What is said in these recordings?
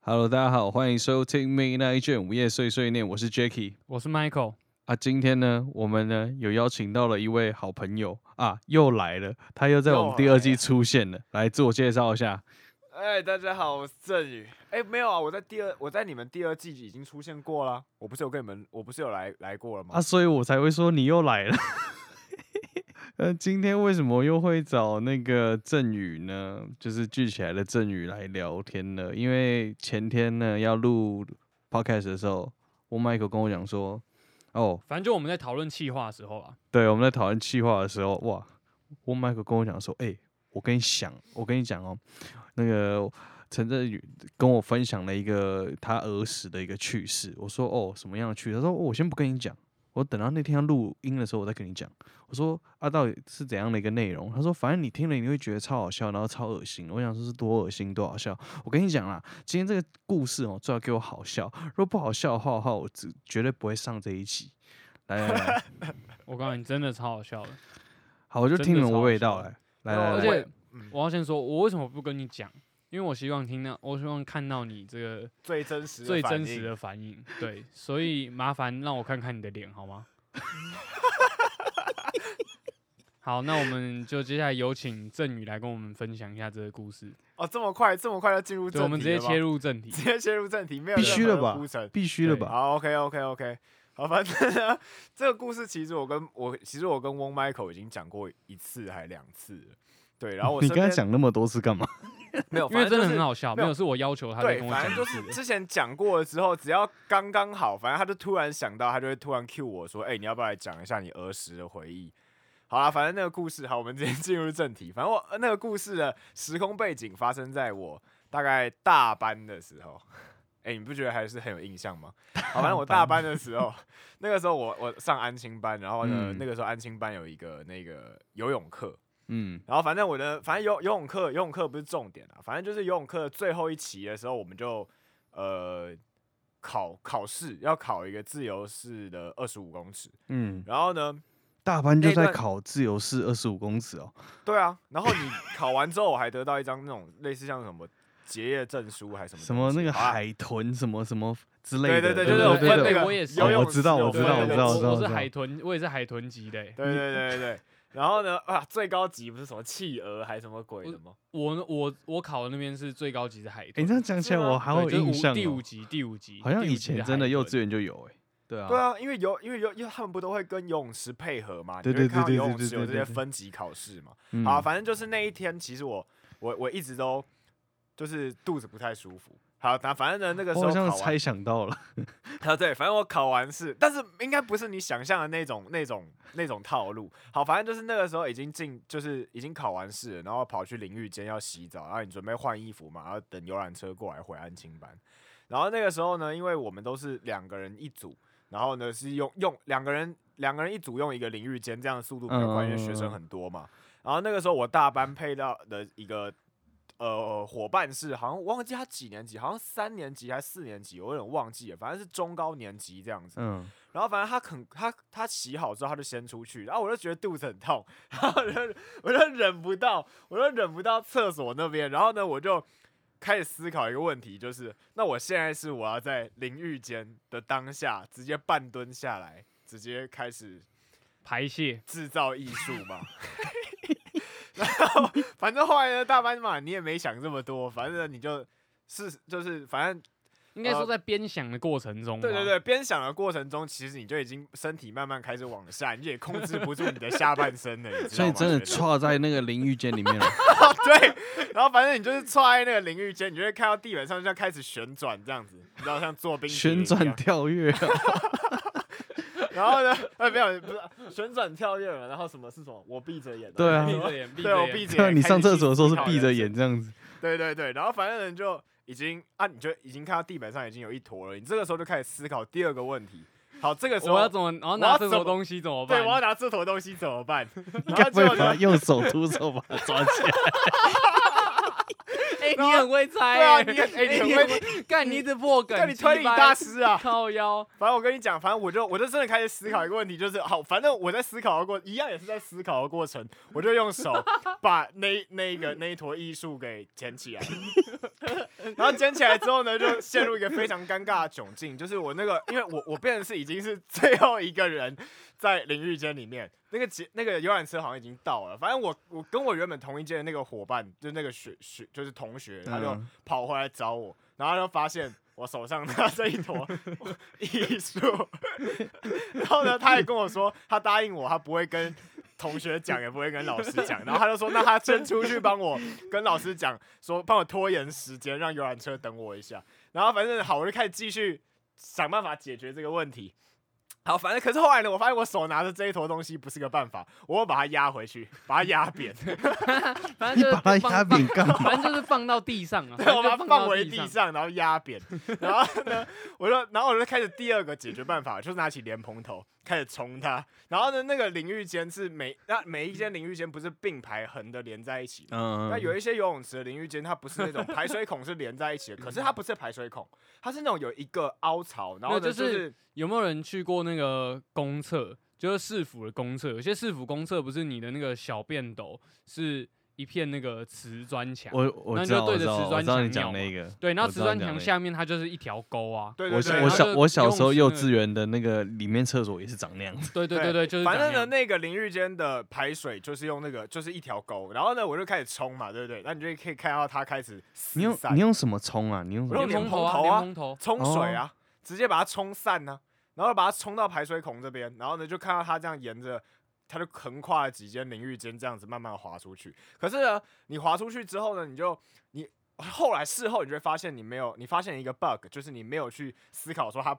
Hello，大家好，欢迎收听《Midnight 卷午夜碎碎念》，我是 Jacky 我是 Michael，啊。今天呢，我们呢有邀请到了一位好朋友啊，又来了，他又在我们又第二季来了出现了，来自我介绍一下。哎、大家好，我是振宇。哎、没有啊，我在第二，我在你们第二季已经出现过了。我不是有跟你们，我不是有来来过了吗？啊，所以我才会说你又来了。 呃，今天为什么又会找那个振宇呢？就是聚起来的振宇来聊天呢？因为前天呢要录 podcast 的时候，我 Michael 跟我讲说，哦，反正就我们在讨论气话的时候啊，对，我们在讨论气划的时候，哇，我 Michael 跟我讲说，哎、我跟你想，我跟你讲哦，那个陈振宇跟我分享了一个他儿时的一个趣事。我说哦，什么样的趣事？他说、哦我先不跟你讲，我等到那天要录音的时候我再跟你讲。我说啊，到底是怎样的一个内容？他说，反正你听了你会觉得超好笑，然后超恶心。我想说是多恶心，多好笑。我跟你讲啦，今天这个故事哦，最好给我好笑。如果不好笑的话的话，我只绝对不会上这一集。来来来， 我告诉你，真的超好笑的。好，我就真听的懂超好味笑道的了。来对啊来而来，且我要先说，我为什么不跟你讲？因为我希望听到，我希望看到你这个最真实的最反真实应的反应。对，所以麻烦让我看看你的脸好吗？ 好，那我们就接下来有请郑宇来跟我们分享一下这个故事。哦，这么快，这么快就进入正对，题我们直接了吗切，入正题。直接切入正题，没有必任须何的吧铺陈必须的对吧？好，OK，OK，OK、好，反正呢，这个故事其实我跟我其实我跟翁 Michael 已经讲过一次还两次了，对，然后我你身刚才边讲那么多次干嘛？没有，因哦反为正真的就是很好笑，没没有有是我要求他在对跟，我反讲正一就次是的。之前讲过了之后，只要刚刚好，反正他就突然想到，他就会突然 cue 我说：“哎、你要不要来讲一下你儿时的回忆？”好啦，反正那个故事，好，我们直接进入正题。反正我呃那个故事的时空背景发生在我大概大班的时候。哎、你不觉得还是很有印象吗？好，反正我大班的时候，那个时候我我上安亲班，然后呢，嗯那个时候安亲班有一个那个游泳课，嗯，然后反正我的，反正游游泳课，游泳课不是重点啊，反正就是游泳课最后一期的时候，我们就呃考考试，要考一个自由式的二十五公尺。嗯，然后呢，大班就那在段考自由式二十五公尺哦。对啊，然后你考完之后，我还得到一张那种类似像什么结业证书还是什么什么东西那个好啊海豚什么什么之类的，对对对对对对对对对我也是游哦泳我知道池我有知对道对我知对道我我知道我是知道海豚，我也是海豚级的欸。对对对对对。然后呢，啊，最高级不是什么企鹅还是什么鬼的吗？我我我考的那边是最高级的海哎，豚，你这样讲起来是吗我还对有就是印五象第哦五，集，第五集，好像第五以集前的真的海幼豚稚园就有哎。对啊，对啊，因为游因为游因为他们不都会跟游泳池配合嘛，你对就会对看到对对游对泳对池有对这对些对分级考试嘛。嗯好，啊反正就是那一天，其实我我我一直都就是肚子不太舒服。好，那反正呢，那个时我哦候好像考猜完，想到了，啊对，反正我考完试，但是应该不是你想象的那种那种那种套路。好，反正就是那个时候已经进，就是已经考完试了，然后跑去淋浴间要洗澡，然后你准备换衣服嘛，然后等游览车过来回安亲班。然后那个时候呢，因为我们都是两个人一组，然后呢是用用两个人两个人一组用一个淋浴间，这样的速度比较快，因为学生很多嘛。然后那个时候我大班配到的一个呃伙伴是，好像我忘记他几年级，好像三年级还是四年级，我有点忘记了，反正是中高年级这样子。嗯，然后反正他肯他他洗好之后他就先出去，然后我就觉得肚子很痛，然后我就我就忍不到，我就忍不到厕所那边，然后呢我就开始思考一个问题，就是那我现在是我要在淋浴间的当下直接半蹲下来，直接开始排泄，制造艺术 嘛？然后反正后来呢大班嘛你也没想这么多，反正你就是就是反正应该说呃在边想的过程中，对对，嗯啊对，边想的过程中，其实你就已经身体慢慢开始往下，你也控制不住你的下半身了，你知道所吗？以真的错错在那个淋浴间里面了。 对，然后反正你就是坐在那个淋浴间，你就会看到地板上像开始旋转这样子，你知道像做冰淇淋旋一转，样跳跃啊，然后呢， 呃，没有，不是旋转跳跃嘛，然后什么是什么？我闭着眼，对啊闭 着眼，哦闭对我着闭眼，着对啊，眼，你开上始厕去所的时候是思考闭人着生眼这样子，对对对，然后反正你就已经啊，你就已经看到地板上已经有一坨了，你这个时候就开始思考第二个问题。好，这个时候我要怎么，然后我拿要这怎种么东西怎么对，办？我要拿这坨东西怎么办？你然该后不会把结果它呢？用手徒手把它抓起来？哎，然你后很会猜对啊，欸，你很哎、 哎你很会，干你一直破梗，对你推理鸡掰大师啊 靠腰，反正我跟你讲，反正我就我就真的开始思考一个问题，就是好，反正我在思考的过，一样也是在思考的过程，我就用手把那那个那一坨艺术给捡起来，然后捡起来之后呢，就陷入一个非常尴尬的窘境，就是我那个，因为我我变成是已经是最后一个人在淋浴间里面，那个节那个游览车好像已经到了，反正我我跟我原本同一届的那个伙伴，就是那个学学就是同学，他就嗯跑回来找我，然后他就发现。我手上拿着一坨艺术， 然后呢，他也跟我说，他答应我，他不会跟同学讲，也不会跟老师讲。然后他就说，那他先出去帮我跟老师讲，说帮我拖延时间，让游览车等我一下。然后反正好，我就开始继续想办法解决这个问题。 好，反正可是后来呢，我发现我手拿着这一坨东西不是个办法，我会把它压回去，把它压扁， 反你正就是把它放压饼干嘛？放反正就是放到地上啊， 对，我把反正就它放放到回地地上，上，然后压扁。然后呢，我就，然后我就开始第二个解决办法，就是拿起莲蓬头开始冲它。然后呢，那个淋浴间是每那每一间淋浴间不是并排横的连在一起吗？嗯，那有一些游泳池的淋浴间，它不是那种排水孔是连在一起的，可是它不是排水孔，它是那种有一个凹槽，然后呢没有就是是有没有人去过那个公厕？就是市府的公厕，有些市府公厕不是你的那个小便斗是一片那个瓷砖墙，我我那知就道我对知着道瓷我砖知道你墙讲尿那个，对，然后我瓷知道砖你讲墙那下面它就是一条沟啊，对我对小对，我然后小就我小用时候是幼那稚园的那个里面厕所也是长那样子。对对对对，就是反正长那呢，样啊那个淋浴间的排水就是用那个，就是一条沟，然后呢，我就开始冲嘛，对不对？那你就可以看到它开始四你用散你用什么冲啊？你用什我么用冲？莲蓬莲蓬头头莲啊蓬头，冲水哦啊，直接把它冲散呢、然后把它冲到排水孔这边，然后呢就看到它这样沿着，它就横跨了几间淋浴间这样子慢慢滑出去。可是呢，你滑出去之后呢，你就你后来事后你就会发现你没有，你发现一个 bug，就是你没有去思考说它。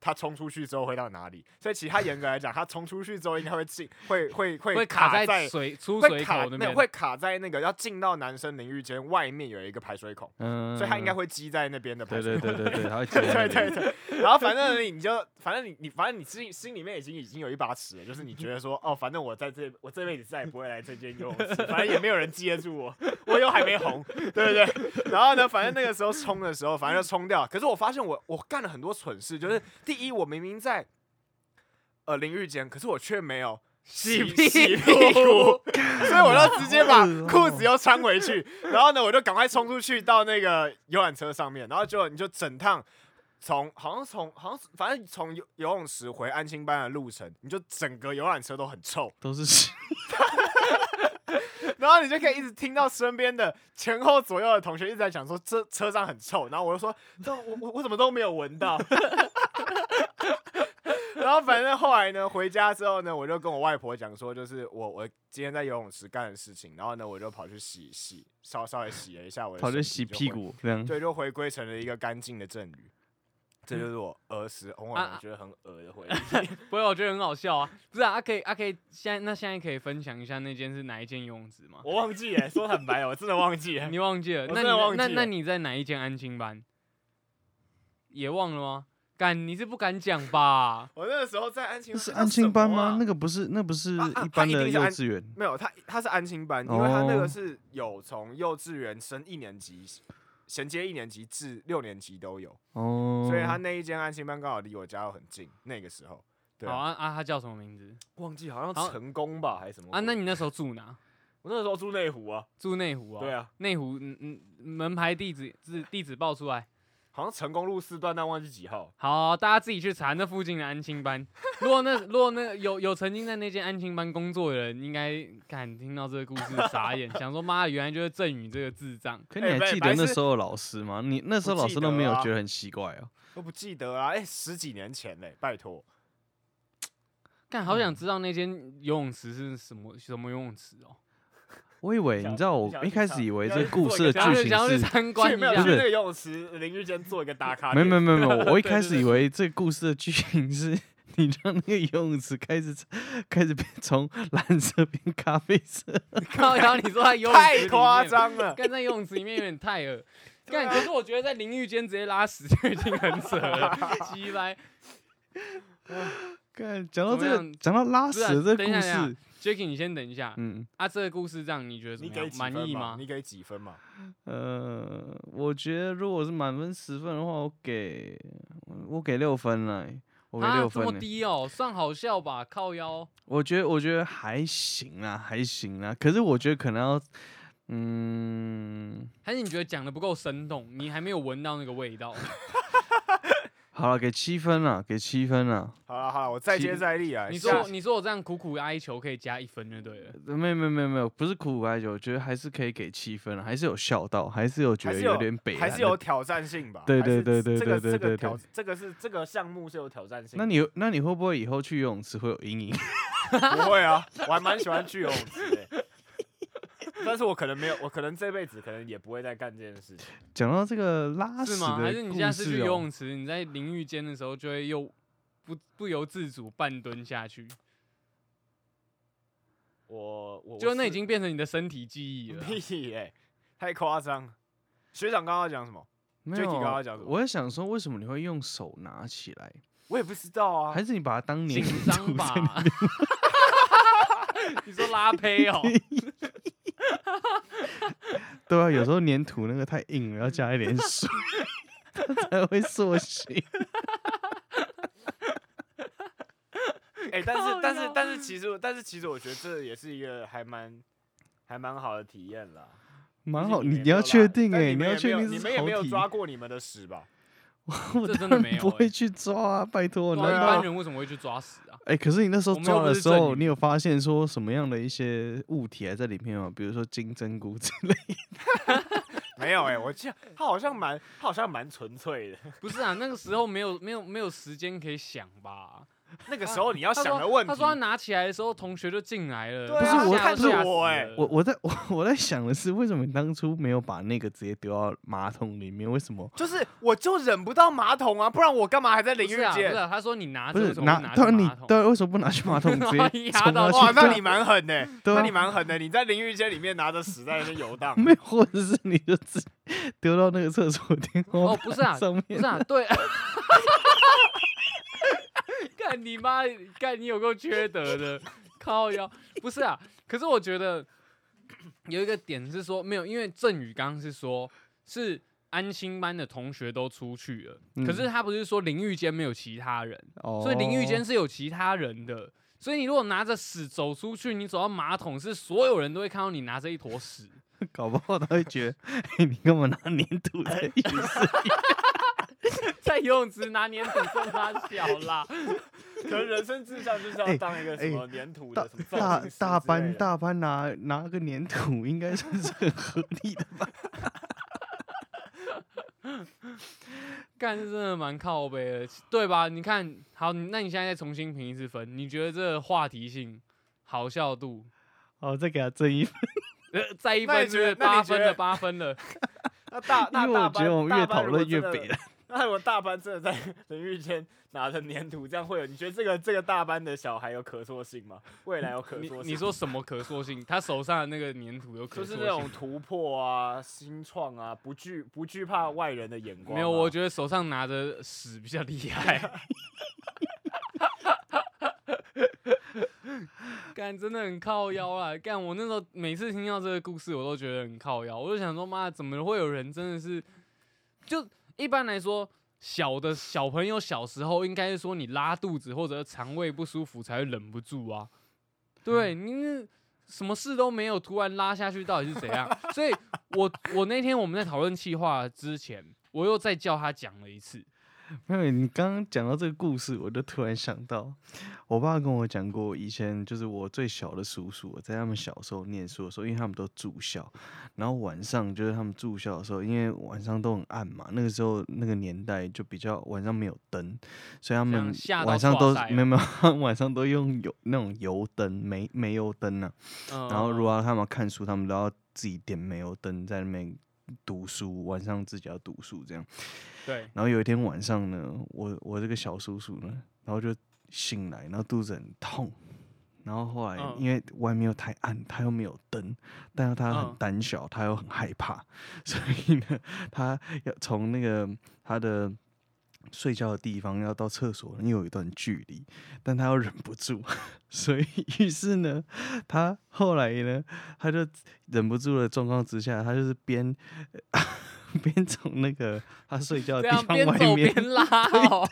它冲出去之后会到哪里？所以其实它严格来讲，它冲出去之后应该会进， 会会会会卡在在水出会水卡口那没有边，会卡在那个要进到男生淋浴间外面有一个排水孔，嗯，所以它应该会积在那边的对排水对孔。 对对对，它会接在对那对边。对，然后反正你就，反正你你反正你心心里面已经已经有一把尺了，就是你觉得 说，哦，反正我在这我这辈子再也不会来这间游泳池，反正也没有人接住我， 我又还没红，对不对？然后呢，反正那个时候冲的时候，反正就冲掉。可是我发现我我干了很多蠢事，就是第一，我明明在呃淋浴间，可是我却没有。洗洗屁 股，所以我就直接把裤子又穿回去，然后呢，我就赶快冲出去到那个游览车上面，然后就你就整趟从好像从好像反正从游游泳池回安亲班的路程，你就整个游览车都很臭， 都是屎然后你就可以一直听到身边的前后左右的同学一直在讲说这车上很臭，然后我就说这我我我怎么都没有闻到。 然后反正后来呢，回家之后呢，我就跟我外婆讲说，就是我我今天在游泳池干的事情，然后呢，我就跑去洗洗，稍稍微洗了一下我的跑去身洗体就屁回，股这样。对，就回归成了一个干净的正鱼。这就是我儿时偶啊尔啊觉得很恶的回忆。不过我觉得很好笑啊！不是啊，啊可以啊可以，现在那现在可以分享一下那间是哪一间游泳池吗？ 我忘记了，说坦白，我真的忘记了。啊你忘记了？我那真的忘你记那了？那你在哪一间安亲班？也忘了吗？敢你是不敢讲吧我那个时候在安亲，那是叫安什亲班么啊吗？那个不是，那不是啊啊一它般一的定是幼安稚园。没有，他他是安亲班，因为他那哦个是有从幼稚园升一年级，衔接一年级至六年级都有，哦，所以他那一间安亲班刚好离我家又很近。那个时候，对好啊啊，他叫什么名字忘记好好像成功吧还是什么啊？那你那时候住哪？我那时候住内湖啊，住内湖啊？对啊，内湖嗯嗯，门牌地址地地址报出来。好像成功路四段，但忘记几号。好，大家自己去查那附近的安亲班。 如果那如果那有有曾经在那间安亲班工作的人，应该敢听到这个故事 傻眼，想说妈，原来就是振宇这个智障。可你哎还白记白得那是时候的老师吗？你那时候不老记师都得没有啊觉得很奇怪哦。都不记得啊！哎、十几年前嘞、拜托，看，好想知道那间游泳池是什么什么游泳池哦。我以为想你知道，你我想一去开查始以为要这去故做一事的个家想剧去情想要去是，参所以观一没有去下 不。是那个游泳池淋浴间做一个打卡没点。有没有没有没 有，我一对开对始以为这个故事的剧情是你让那个游泳池开始开始变从蓝色变咖啡色。靠然后你说在游泳池里太面夸， 张了。干在游泳池里面有点太恶。对干，啊可是我觉得在淋浴间直接拉屎就已经很扯 了，鸡掰。看，讲到怎么这个样，讲到拉不屎是啊的这个等一啊故下等一下事， Jacky，你先等一下嗯，啊。这个故事这样你觉得怎你么给样？几分满意嘛吗？你给几分嘛？呃，我觉得如果是满分十分的话，我给我给六分了欸，我给啊，六这么分、欸。低哦，算好笑吧？靠腰，我觉得我觉得还行啦，还行啦。可是我觉得可能要，嗯，还是你觉得讲的不够生动？你还没有闻到那个味道。好了，给七分了，给七分了。好了好了，我再其接实再厉啊！你下说你说我这样苦苦哀求可以加一分就对了。呃没有没有没有没有，不是苦苦哀求，我觉得还是可以给七分啦，还是有笑到，还是有觉还得是有有点北还蓝是的有挑战性吧？对还是对对这对对对个这对个对挑这个是这个项目是有挑战性的。那你那你会不会以后去游泳池会有阴影？ 不会啊，我还蛮喜欢去游泳池的、 但是我可能没有，我可能这辈子可能也不会再干这件事情。讲到这个拉是屎吗？还是的你故下次去事游哦、泳池，你在淋浴间的时候就会又不不由自主半蹲下去，我我就那已是经变成你的身体记忆了啊。屁嘞、太夸张。学长刚刚讲什么？没 Jacky 有刚刚讲什么我在想说，为什么你会用手拿起来？我也不知道啊还。是你把它当紧粘 张吧？ 你说拉胚哦，对啊，有时候粘土那个太硬了，要加一点水，它才会塑形。哎、但靠是但是腰但是，其实但是其实，我觉得这也是一个还蛮还蛮好的体验啦。蛮毕好，竟你们也没要有确拉定但哎、你你们要也没确有定你是们也没有抓好体。过你们的屎吧？我这当真的没然有不会欸去抓啊，拜托。对啊难一道般人为什么会去抓屎啊？哎、可是你那时候我们又抓不的是时证候，人你有发现说什么样的一些物体还在里面吗？比如说金针菇之类。没有哎、我记得他好像蛮他好像蛮纯粹的。不是啊，那个时候没有没有没有时间可以想吧？那个时候你要他说想的问题，他说他拿起来的时候，同学就进来了。对啊不是我吓看都吓着我欸死了我我在我我在想的是，为什么你当初没有把那个直接丢到马桶里面？为什么？就是我就忍不到马桶啊，不然我干嘛还在淋不浴是啊，不是间？啊，他说你拿不着，为是什么不拿，拿对啊，着你马桶？对啊，为什么不拿去马桶 直然后接一压冲到下去哇，去？那对啊你蛮狠的，欸对那啊，你蛮狠的，你在淋浴间里面拿着屎在那边游荡 没有，或者是你就自己丢到那个厕所天花哦，不是啊板，上面。不是啊，对。 干你妈！干你有够缺德的，靠腰！不是啊，可是我觉得有一个点是说没有，因为郑宇刚刚是说是安心班的同学都出去了，可是嗯他不是说淋浴间没有其他人，哦所以淋浴间是有其他人的。所以你如果拿着屎走出去，你走到马桶是所有人都会看到你拿着一坨 屎。搞不好他会觉得，嘿你干嘛拿粘土在哎浴 室？在游泳池拿粘土送他小啦， 可能人生志向就是要当一个什么粘土哎大的什么造大型师大之类班的，大班拿拿个粘土，应该算是很合理的 吧？干是真的蛮靠背的，对吧？你看好，那你现在再重新评一次分，你觉得这个话题性、好笑度，好，再给他争一分，呃，再一那分你是不觉是得那八你觉分了，得八分了。那大那因为大我觉班得我们越大班讨如果论越真的北了。 那我大班真的在 淋浴间拿着粘土，这样会有？你觉得这个这个大班的小孩有可塑性吗？未 来有可你塑性？你说什么可塑性？他手上的那个粘土有可就塑是性？那种突破啊、新创啊，不惧不惧怕外人的眼光啊、没有，我觉得手上拿着屎比较厉害。 干真的很靠腰啊！干我那时候每次听到这个故事，我都觉得很靠腰。我就想说，妈，怎么会有人真的是？就一般来说，小的小朋友小时候应该是说你拉肚子或者肠胃不舒服才会忍不住啊。对，嗯你那什么事都没有，突然拉下去，到底是怎样？所以我我那天我们在讨论气话之前，我又再叫他讲了一次。没有，你刚刚讲到这个故事，我就突然想到，我爸跟我讲过，以前就是我最小的叔叔，我在他们小时候念书的时候，因为他们都住校，然后晚上就是他们住校的时候，因为晚上都很暗嘛，那个时候那个年代就比较晚上没有灯，所以他样们吓到晚上都跨赛没有没有，他们晚上都用油那种油灯，煤煤油灯 啊，嗯、然后如果要他们看书，他们都要自己点煤油灯在那边读书，晚上自己要读书这样。对，然后有一天晚上呢，我我这个小叔叔呢，然后就醒来，然后肚子很痛，然后后来嗯因为外面又太暗，他又没有灯，但是他很嗯胆小，他 又很害怕，所以呢，他要从那个他的睡觉的地方要到厕所又有一段距离，但他又忍不住， 所以于是呢，他后来呢，他就忍不住的状况之下，他就是边、 呃边从那个他睡觉的这地样方啊边外走面边拉哦。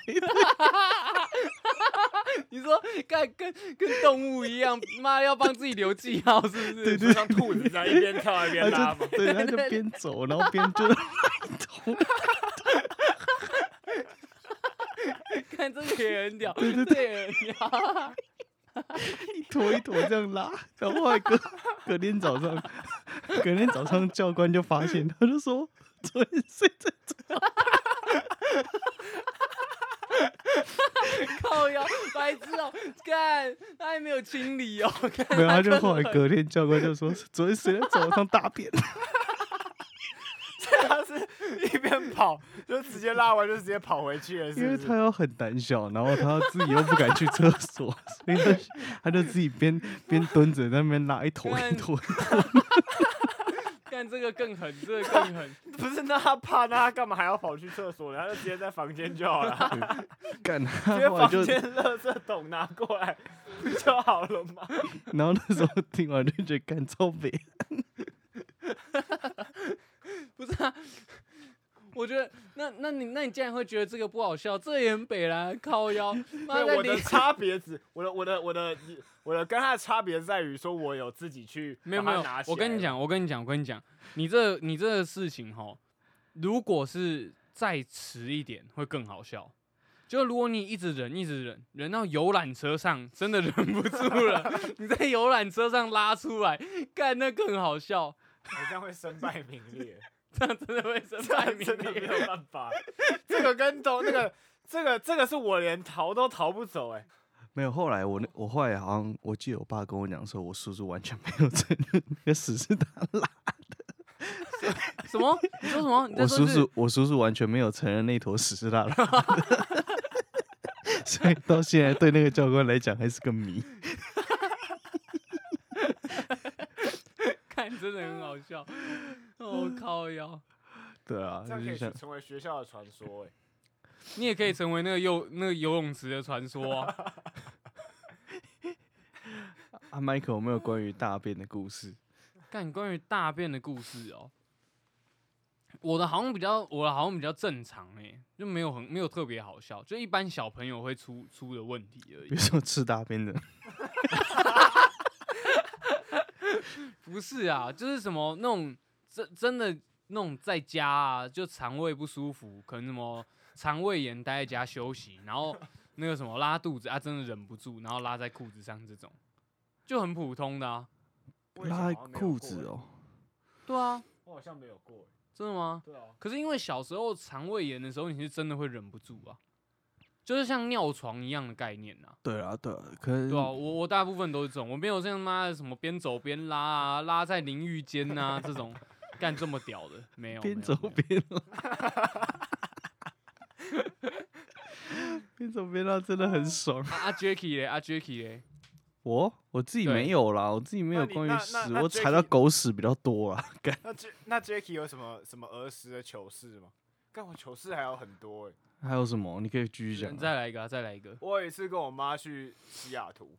你说干跟跟动物一样，妈要帮自己留记号是不是？对对就像兔子这样一边跳一边拉他嘛 就。对，他就边走，然后边就看这个也很屌，这个也很屌。一坨一坨这样拉，然后后来隔隔天早上， 隔天早上教官就发现，他就说 昨天睡 在靠腰，白痴哦、干他还没有清理哦、 干没有，他就真的后来很隔天教官就说 昨天谁在走上大便，他是一边跑就直接拉完就直接跑回去了，因是为不他是？要很胆小，然后他自己又不敢去厕所，所以他就他就自己边边蹲着在那边拉一坨一干坨，干这个更狠，这个更狠，不是，那他怕，那他干嘛还要跑去厕所呢？他就直接在房间就好了，干 直他接后来房就，间垃圾桶拿过 来不就好了吗？然后那时候听完就觉得干超肥，不是啊？我觉得，那那你那你竟然会觉得这个不好笑，这也很北啦，靠 腰，妈对，在我的里差别只，我的我的我的我的跟他的差别在于说，我有自己去没有把它没有拿，起我跟来你讲，我跟你讲，我跟你讲，你这你这个事情哈，如果是再迟一点会更好笑。就如果你一直忍，一直忍，忍到游览车上真的忍不住了， 你在游览车上拉出来，干那更好笑，我这样会身败名裂，这样真的会身这 败样 名真的没裂。有办 法。这个跟头那个，这个这个是我连逃都逃不走哎、没有，后来我那我后来好像我记得我爸跟我讲说，我叔叔完全没有承认那个屎是他拉，什么？你说什么？你在我叔说是叔我叔叔完全没有承认那坨屎是他拉的， 所以到现在对那个教官来讲还是个谜。看真的很好笑，我、靠腰，对啊，这样可就以是像成为学校的传说哎、你也可以成为那个游那个游泳池的传说、啊。啊，Michael 有没有关于大便的故事？干关于大便的故事哦，我的好像比较，我的好像比较正常哎、就没有很没有特别好笑，就一般小朋友会出出的问题而比已如。说吃大便的，不是啊，就是什么那种真真的那种在家啊，就肠胃不舒服，可能什么肠胃炎待在家休息，然后那个什么拉肚子啊，真的忍不住，然后拉在裤子上这种，就很普通的啊。我以前好 拉像没有裤过子哎，哦。对啊，我好像没有过哎、真的吗？对啊，可是因为小时候肠胃炎的时候，你是真的会忍不住啊，就是像尿床一样的概念呐、啊。对啊，对啊，可是对啊，我我大部分都是这种，我没有像妈的什么边走边拉啊，拉在淋浴间呐、这种干这么屌的，没有。边没有走没有边 拉，边走边拉真的很爽。啊啊 Jacky 嘞，啊 Jacky 嘞，我我自己对没有啦，我自己没那有你关于那屎那，那我 Jacky- 踩到狗屎比较多啦。干那 J 那 Jacky 有什么什么儿时的糗事吗？干我糗事还有很多哎、还有什么？你可以继续讲啊。再来一个、啊，再来一个。我有一次跟我妈去西雅图，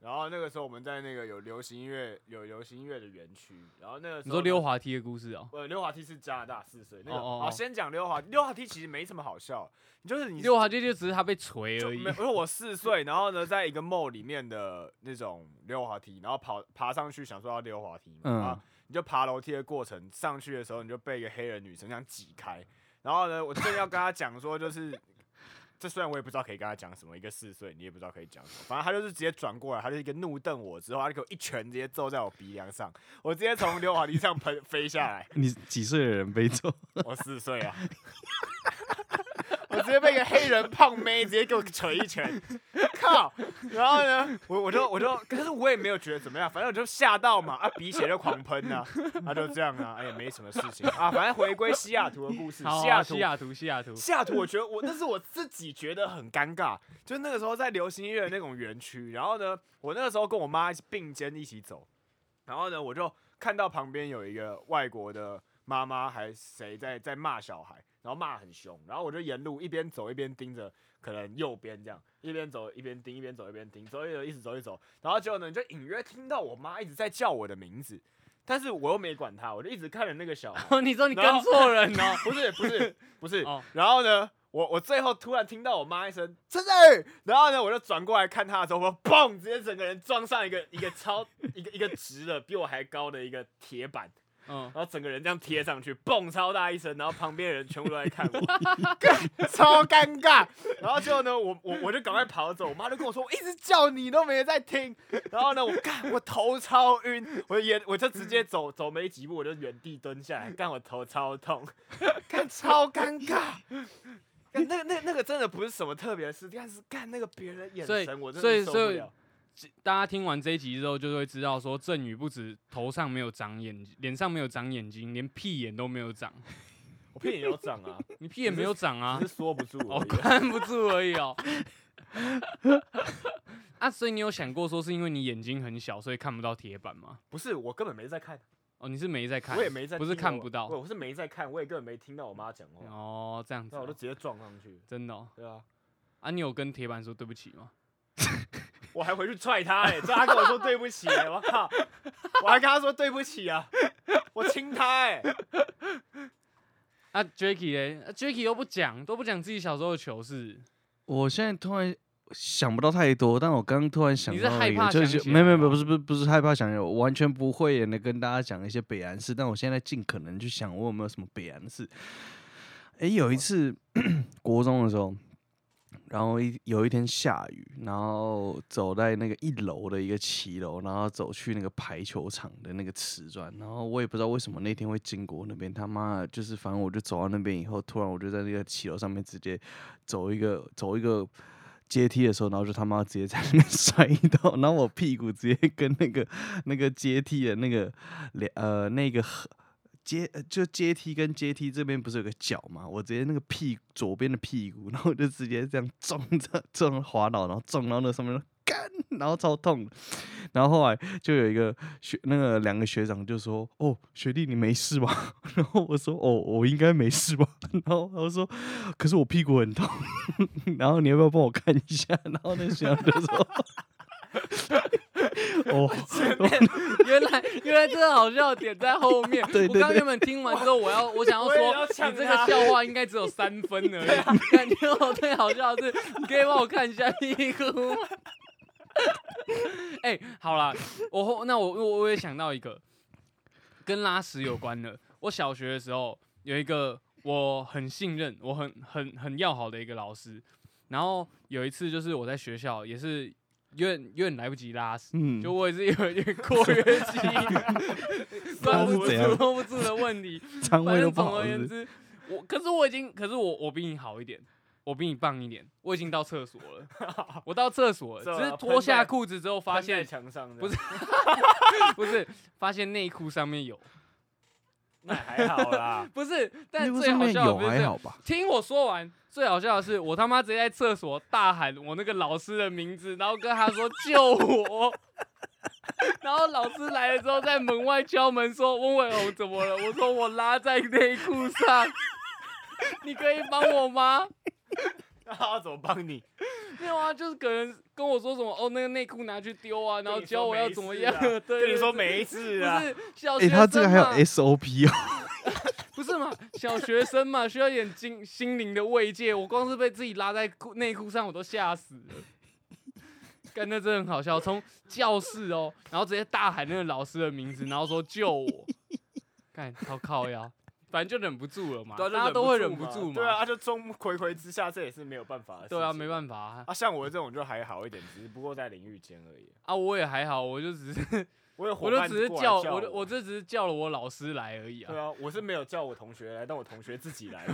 然后那个时候我们在那个有流行音乐有流行音乐的园区，然后那个时候你说呢溜滑梯的故事哦、呃，溜滑梯是加拿大四岁那个。哦哦哦好，先讲溜滑梯。溜滑梯其实没什么好笑，你就是你溜滑梯就只是他被锤就而已没，有，因为我四岁，然后呢，在一个 mall 里面的那种溜滑梯，然后跑爬上去，想说要溜滑梯嘛，嗯然后你就爬楼梯的过程，上去的时候你就被一个黑人女生这样挤开，然后呢，我正要跟她讲说，就是这虽然我也不知道可以跟她讲什么，一个四岁你也不知道可以讲什么，反正她就是直接转过来，她就一个怒瞪我，之后她就给我一拳直接揍在我鼻梁上，我直接从溜滑梯上喷飞下来，你几岁的人被揍？ 我四岁啊，我直接被一个黑人胖妹直接给我捶一拳， 靠！然后呢，我我就我就，可是我也没有觉得怎么样，反正我就吓到嘛，啊，鼻血就狂喷呐、啊，啊，就这样啊，哎、也没什么事情啊，反正回归西雅图的故事，好、西啊，雅图西雅图，西雅图，西雅图，我觉得我那是我自己觉得很尴尬，就是那个时候在流行音乐的那种园区，然后呢，我那个时候跟我妈一起并肩一起走，然后呢，我就看到旁边有一个外国的妈妈还谁在在骂小孩，然后骂很凶，然后我就沿路一边走一边盯着，可能右边这样，一边走一边盯，一边走一边盯，走一走一直走一直走，然后结果呢，你就隐约听到我妈一直在叫我的名字，但是我又没管她，我就一直看着那个小孩，哦，你说你然跟后错人哦， 不是不是不是哦，然后呢，我我最后突然听到我妈一声“真的”，然后呢，我就转过来看她的时候，我嘣，直接整个人撞上一个一个超一个一个直的比我还高的一个铁板，嗯，然后整个人这样贴上去，嘣，超大一声，然后旁边的人全部都在 看我，超尴尬。然后最后呢，我我我就赶快跑走，我妈就跟我说，我一直叫你都没在听，然后呢，我干，我头超晕，我也我就直接走走没几步，我就原地蹲下来，干我头超痛，干超尴尬。 干那个那个那个真的不是什么特别的事，但是干那个别人的眼所以神，我真所的以受不所以了。大家听完这一集之后就会知道，说振宇不止头上没有长眼，脸上没有长眼睛，连屁眼都没有长，我屁眼有长啊，你屁眼没有长啊只，是缩不住而哦，已。啊看不住而已哦。啊，所以你有想过说是因为你眼睛很小，所以看不到铁板吗？不是，我根本没在看，哦，你是没在看，我也没在听我，不是看不到我我是没在看，我也根本没听到我妈讲话，哦，这样子那哦、我就直接撞上去。真的、哦、对啊，啊，你有跟铁板说对不起吗？我还回去踹他哎、欸，这他跟我说对不起哎、我 靠，我还跟他说对不起啊，我亲他哎、啊，Jacky 嘞、啊、，Jacky 都不讲，都不讲自己小时候的糗事，我现在突然想不到太多，但我刚刚突然想你是到了害一个，怕就想是起没有没来有没有吗不是不是不是害怕想起来，我完全不会演的跟大家讲一些北安事，但我现在尽可能去想我有没有什么北安事。诶，有一次国中的时候，然后一有一天下雨，然后走在那个一楼的一个骑楼，然后走去那个排球场的那个瓷砖，然后我也不知道为什么那天会经过那边，他妈的就是反正我就走到那边以后，突然我就在那个骑楼上面直接走一个走一个阶梯的时候，然后就他妈直接在那边摔倒，然后我屁股直接跟那个那个阶梯的那个两呃那个横阶呃就阶梯跟阶梯这边不是有个角嘛，我直接那个屁左边的屁股，然后我就直接这样撞着撞滑倒，然后撞到那上面。干，然后超痛，然后后来就有一个学那个两个学长就说：“哦，学弟你没事吧？” 然后我说：“哦，我应该没事吧？” 然后他说：“可是我屁股很痛。”然后你要不要帮我看一下？ 然后那学长就说：“ 哦，原来原来这个好笑的点在后面。对对我刚对原本听完之后，我要我想要我也要说，呛你这个他啊笑话应该只有三分而已。感觉我最好笑的是，你可以帮我看一下屁股吗？ 哎、好啦，我后那我我我也想到一个跟拉屎有关的。我小学的时候有一个我很信任、我很很很要好的一个老师，然后有一次就是我在学校也是有点有点来不及拉屎，嗯，就我也是有一点括约 肌，道管是不 怎样住控不住的问题。肠反胃都正不总好而是言不是。之，我可是我已经，可是我我比你好一点，我比你棒一点，我已经到厕所了， 我到厕所了，走只是啊了脱喷下在裤子之后 发翻在现墙上不不是不是，发现内裤上面有，那还好 啦，不是，内但裤最上好面笑的有啊不是还这好吧？听我说完，最好笑的是，我他妈直接在厕所大喊我那个老师的名字，然后跟他说救我。 然后老师来了之后，在门外敲门说：“温伟红怎么了？”我说：“我拉在内裤上，你可以帮我吗那他要怎么帮你？？”没有啊，就是可能跟我说什么哦，那个内裤拿去丢啊， 然后跟你说教我要没怎么事样啊。对对跟你说对没事不啊，是小学哎，生他这个还有嘛 SOP 哦，不是嘛？ 小学生嘛，需要一点心心灵的慰藉。我光是被自己拉在裤内裤上，我都吓死了。干，那真的很好笑。从教室哦，然后直接大喊那个老师的名字，然后说 救我。干，超靠呀，反正就忍不住了嘛，对啊就大家都会忍不嘛住嘛。对啊，就众目睽睽之下，这也是没有办法的事情。对啊，没办法啊啊，像我这种就还好一点，只是不过在淋浴间而已。啊我也还好，我 就只是我有我伙就伴只是过来叫，叫我就我这只是叫了我老师来而已对啊。啊，我是没有叫我同学来，但我同学自己来。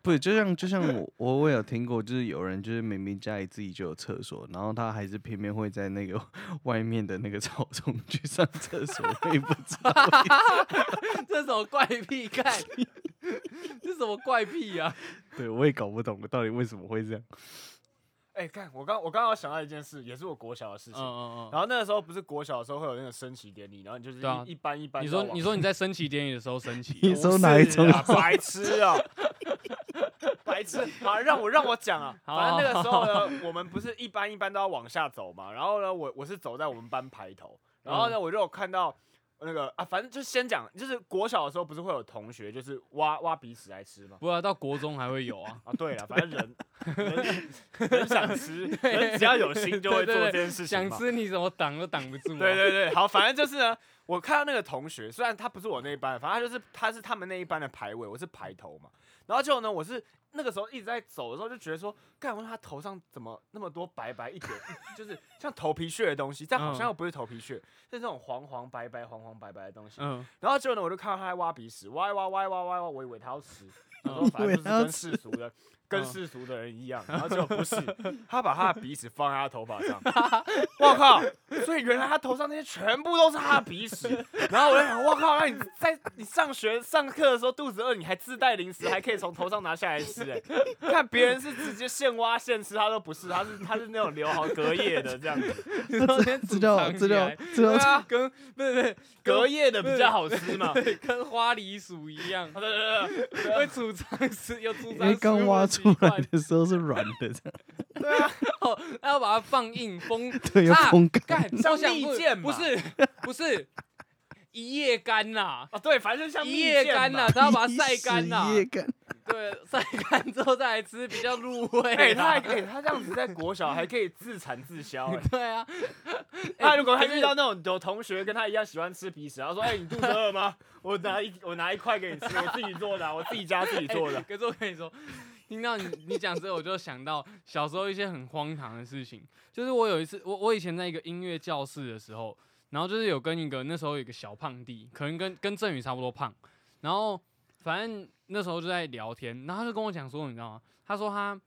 不是就像就像我我我有听过，就是有人就是明明家里自己就有厕所，然后他还是偏偏会在那个 外面的那个草丛去上厕所，我也不知道 这什么怪癖干？这什么怪 癖啊？对我也搞不懂我到底为什么会 这样。哎，看我刚我刚刚想到一件事，也是我国小的事嗯情。嗯嗯。然后那个时候不是国小的时候会有那个升旗典礼，然后你就是一、对啊一班一班你这样说往。 你说你在升旗典礼的时候升旗哦、你说哪一种不是啊白痴啊！白痴！好，让我让我讲啊。 好反正那个时候呢，我们不是一班一班都要往下走嘛，然后呢，我我是走在我们班排头，然后呢，嗯我就有看到那个啊，反正就先讲，就是国小的时候不是会有同学就是挖挖鼻屎来吃吗？。不然到国中还会有啊 啊，对了，反正 人人人想吃，人只要有心就会做这件事情想嘛。吃你怎么挡都挡不住。啊对，对对，好，反正就是呢，我看到那个同学，虽然他不是我那一班，反正他就是他是他们那一班的排位，我是排头嘛。然后结果呢，我是那个时候一直在走的时候就觉得说，干，我说他头上怎么那么多白白一点， 就是像头皮屑的东西，但嗯好像又不是头皮屑，是那种黄黄白白、黄黄白白的东西。 嗯，然后结果呢，我就看到他在挖鼻屎，挖一挖挖一挖挖一挖，我以为他要吃，然后嗯反正以为就是他要嗯跟世俗的。跟世俗的人一样，然后结果不 是，他把他的鼻屎放在他头发上， 我靠！所以原来他头上那些全部都是他的鼻屎，然后我就想，我靠！那你在你上学上课的时候肚子饿，你还自带零食，还可以从头上拿下来吃、欸，看别人是直接现挖现吃，他都不是，他是他是那种留好隔夜的这样子，这叫这叫 这 对叫啊，跟不是不是 隔夜的比较好吃嘛。呃对 跟花梨鼠一样， 对对对会储藏食有储因藏为食哎刚物挖的出来习 惯的时候是软 的，这样哦，那要把它放硬封， 对，要啊风干。干像我想蜜不饯不嘛是 不是一夜干呐，啊，对，反正就像一蜜夜饯干嘛呐，他要把它晒干呐一，夜 干，对，晒干之后再来吃比较入 味哎、他还啦。哎、他这样子在国小还可以自产自销、 哎对啊，他如果他哎可遇是到那种有同学跟他一样喜欢吃鼻屎，然后说：“哎、你肚子饿吗？ 我拿一我拿一块给你吃，我自己做的啊、我自己家自己做的。哎可是我跟你说，听到你你讲这，我就想到小时候一些很荒唐的事情。就是我有一次，我我以前在一个音乐教室的时候，然后就是有跟一个那时候有一个小胖弟，可能跟跟振宇差不多胖，然后反正那时候就在聊天，然后他就跟我讲说，你知道吗？他说他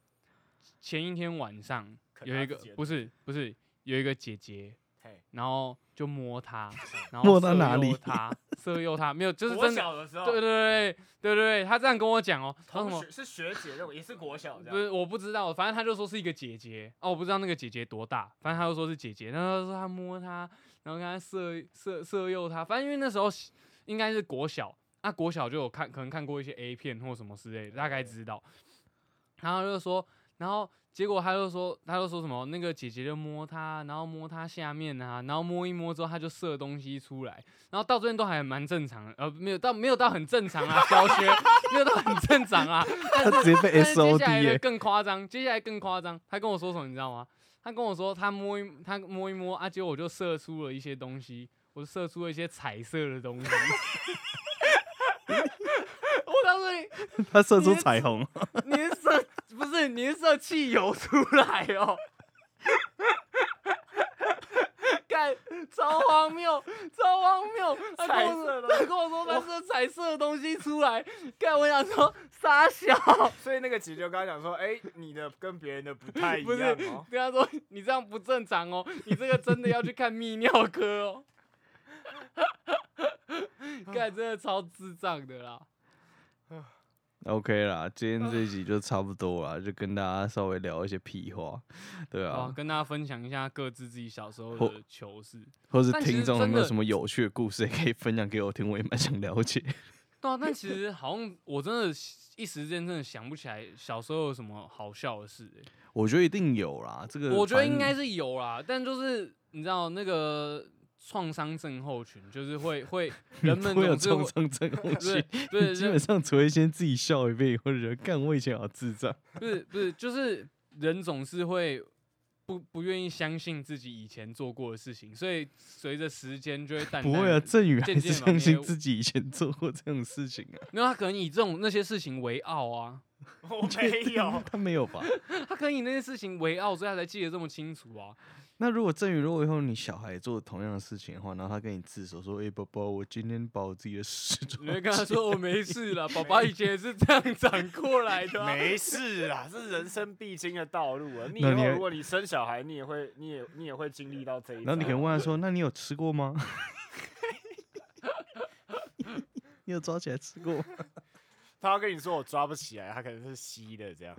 前一天晚上啃有他一个自己的不是不是有一个姐姐嘿。然后就摸他，然 后摸到色哪诱里他色诱他，没有，就是国真的。小的时候，对对对对对对，他这样跟我讲哦、他说什同么学是学姐那种，也是国小这不样。是，我不知道，反正他就说是一个姐姐哦，我不知道那个姐姐多大，反正他就说是姐姐，然后他说他摸她，然后跟他色色色诱她，反正因为那时候是应该是国小，啊国小就有看，可能看过一些 A 片或什么之类的，大概知道。然后他就说，然后结果他就说，他就说什么那个姐姐就摸他，然后摸他下面啊，然后摸一摸之后他就射东西出来，然后到这边都还蛮正常的，呃没有到没有到很正常啊，小学没有到很正常啊，他直接被但是接 SOD 下来的耶，更夸张，接下来更夸张，他跟我说什么你知道吗？他跟我说他摸一他摸一摸啊，结果我就射出了一些东西，我就射出了一些彩色的东西。 我告诉你，他射出彩虹，你是射不是你是射汽油出来哦。 干，超荒谬，超荒谬！他跟我说，他跟我说他射彩色的东西出来，干，我想说傻小。所以那个姐姐就跟他讲说：“哎、你的跟别人的不 太一不样是哦。 跟他啊说你这样不正常哦，你这个真的要去看泌尿科哦。 干真的超智障的啦！ OK 啦，今天这一集就差不多啦，就跟大家稍微聊一些屁话，对啊，啊，哦跟大家分享一下各自自己小时候或的糗事。或是但其实听众有真没有的什么有趣的故事也可以分享给我听，我也蛮想了解。 对啊，但其实 好像我真的一时间真的想不起来小时候有什么好笑的事、欸。我觉得一定有啦，这个我觉得反应正该是有啦，但就是你知道那个创伤症候群，就是会会人们 会有总是创伤会这个东西 对。对 基人本上只会先自己笑一遍，或者觉得干我以前好智 障。不是不是，就是人总是会不不愿意相信自己以前做过的事情，所以随着时间就会淡淡。不会啊，，振宇还渐是渐嘛相信也自己以前做过这种事情啊。没有他可能以这种那些事情为傲啊，我没有， 他没有吧？他可能以那些事情为傲，所以他才记得这么清楚啊。那如果振宇，如果以后你小孩做同样的事情的话，然后他跟你自首说：“哎、宝宝，我今天把我自己的屎装你会跟他哦说我没事了，爸爸以前也是这样长过来的、啊。 没事啦，这是人生必经的道路啊。你以那你后也如果你生小孩，你也会，你也你也会经历到这一。”然后你可以问他 说：“那你有吃过吗？” 你有抓起来吃过吗？他要跟你说我抓不起来，他可能是吸的这样。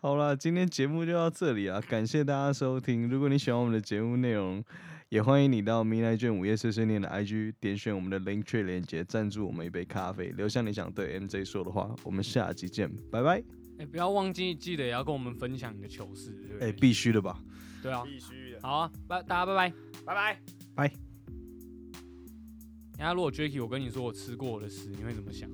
好了，今天节目就到这里啊，感谢大家收听。如果你喜欢我们的节目内容，也欢迎你到迷来卷午夜碎碎念的 IG 点选我们的 link tree 连接，赞助我们一杯咖啡，留下你想对 MJ 说的话。我们下集见，拜拜。哎、不要忘记记得也要跟我们分享你的糗事，对不哎、对？必须的吧？对啊，必须的，好啊，拜大家拜拜。拜拜。人家如果啊 Jacky，我跟你说我吃过我的屎，你会怎么想？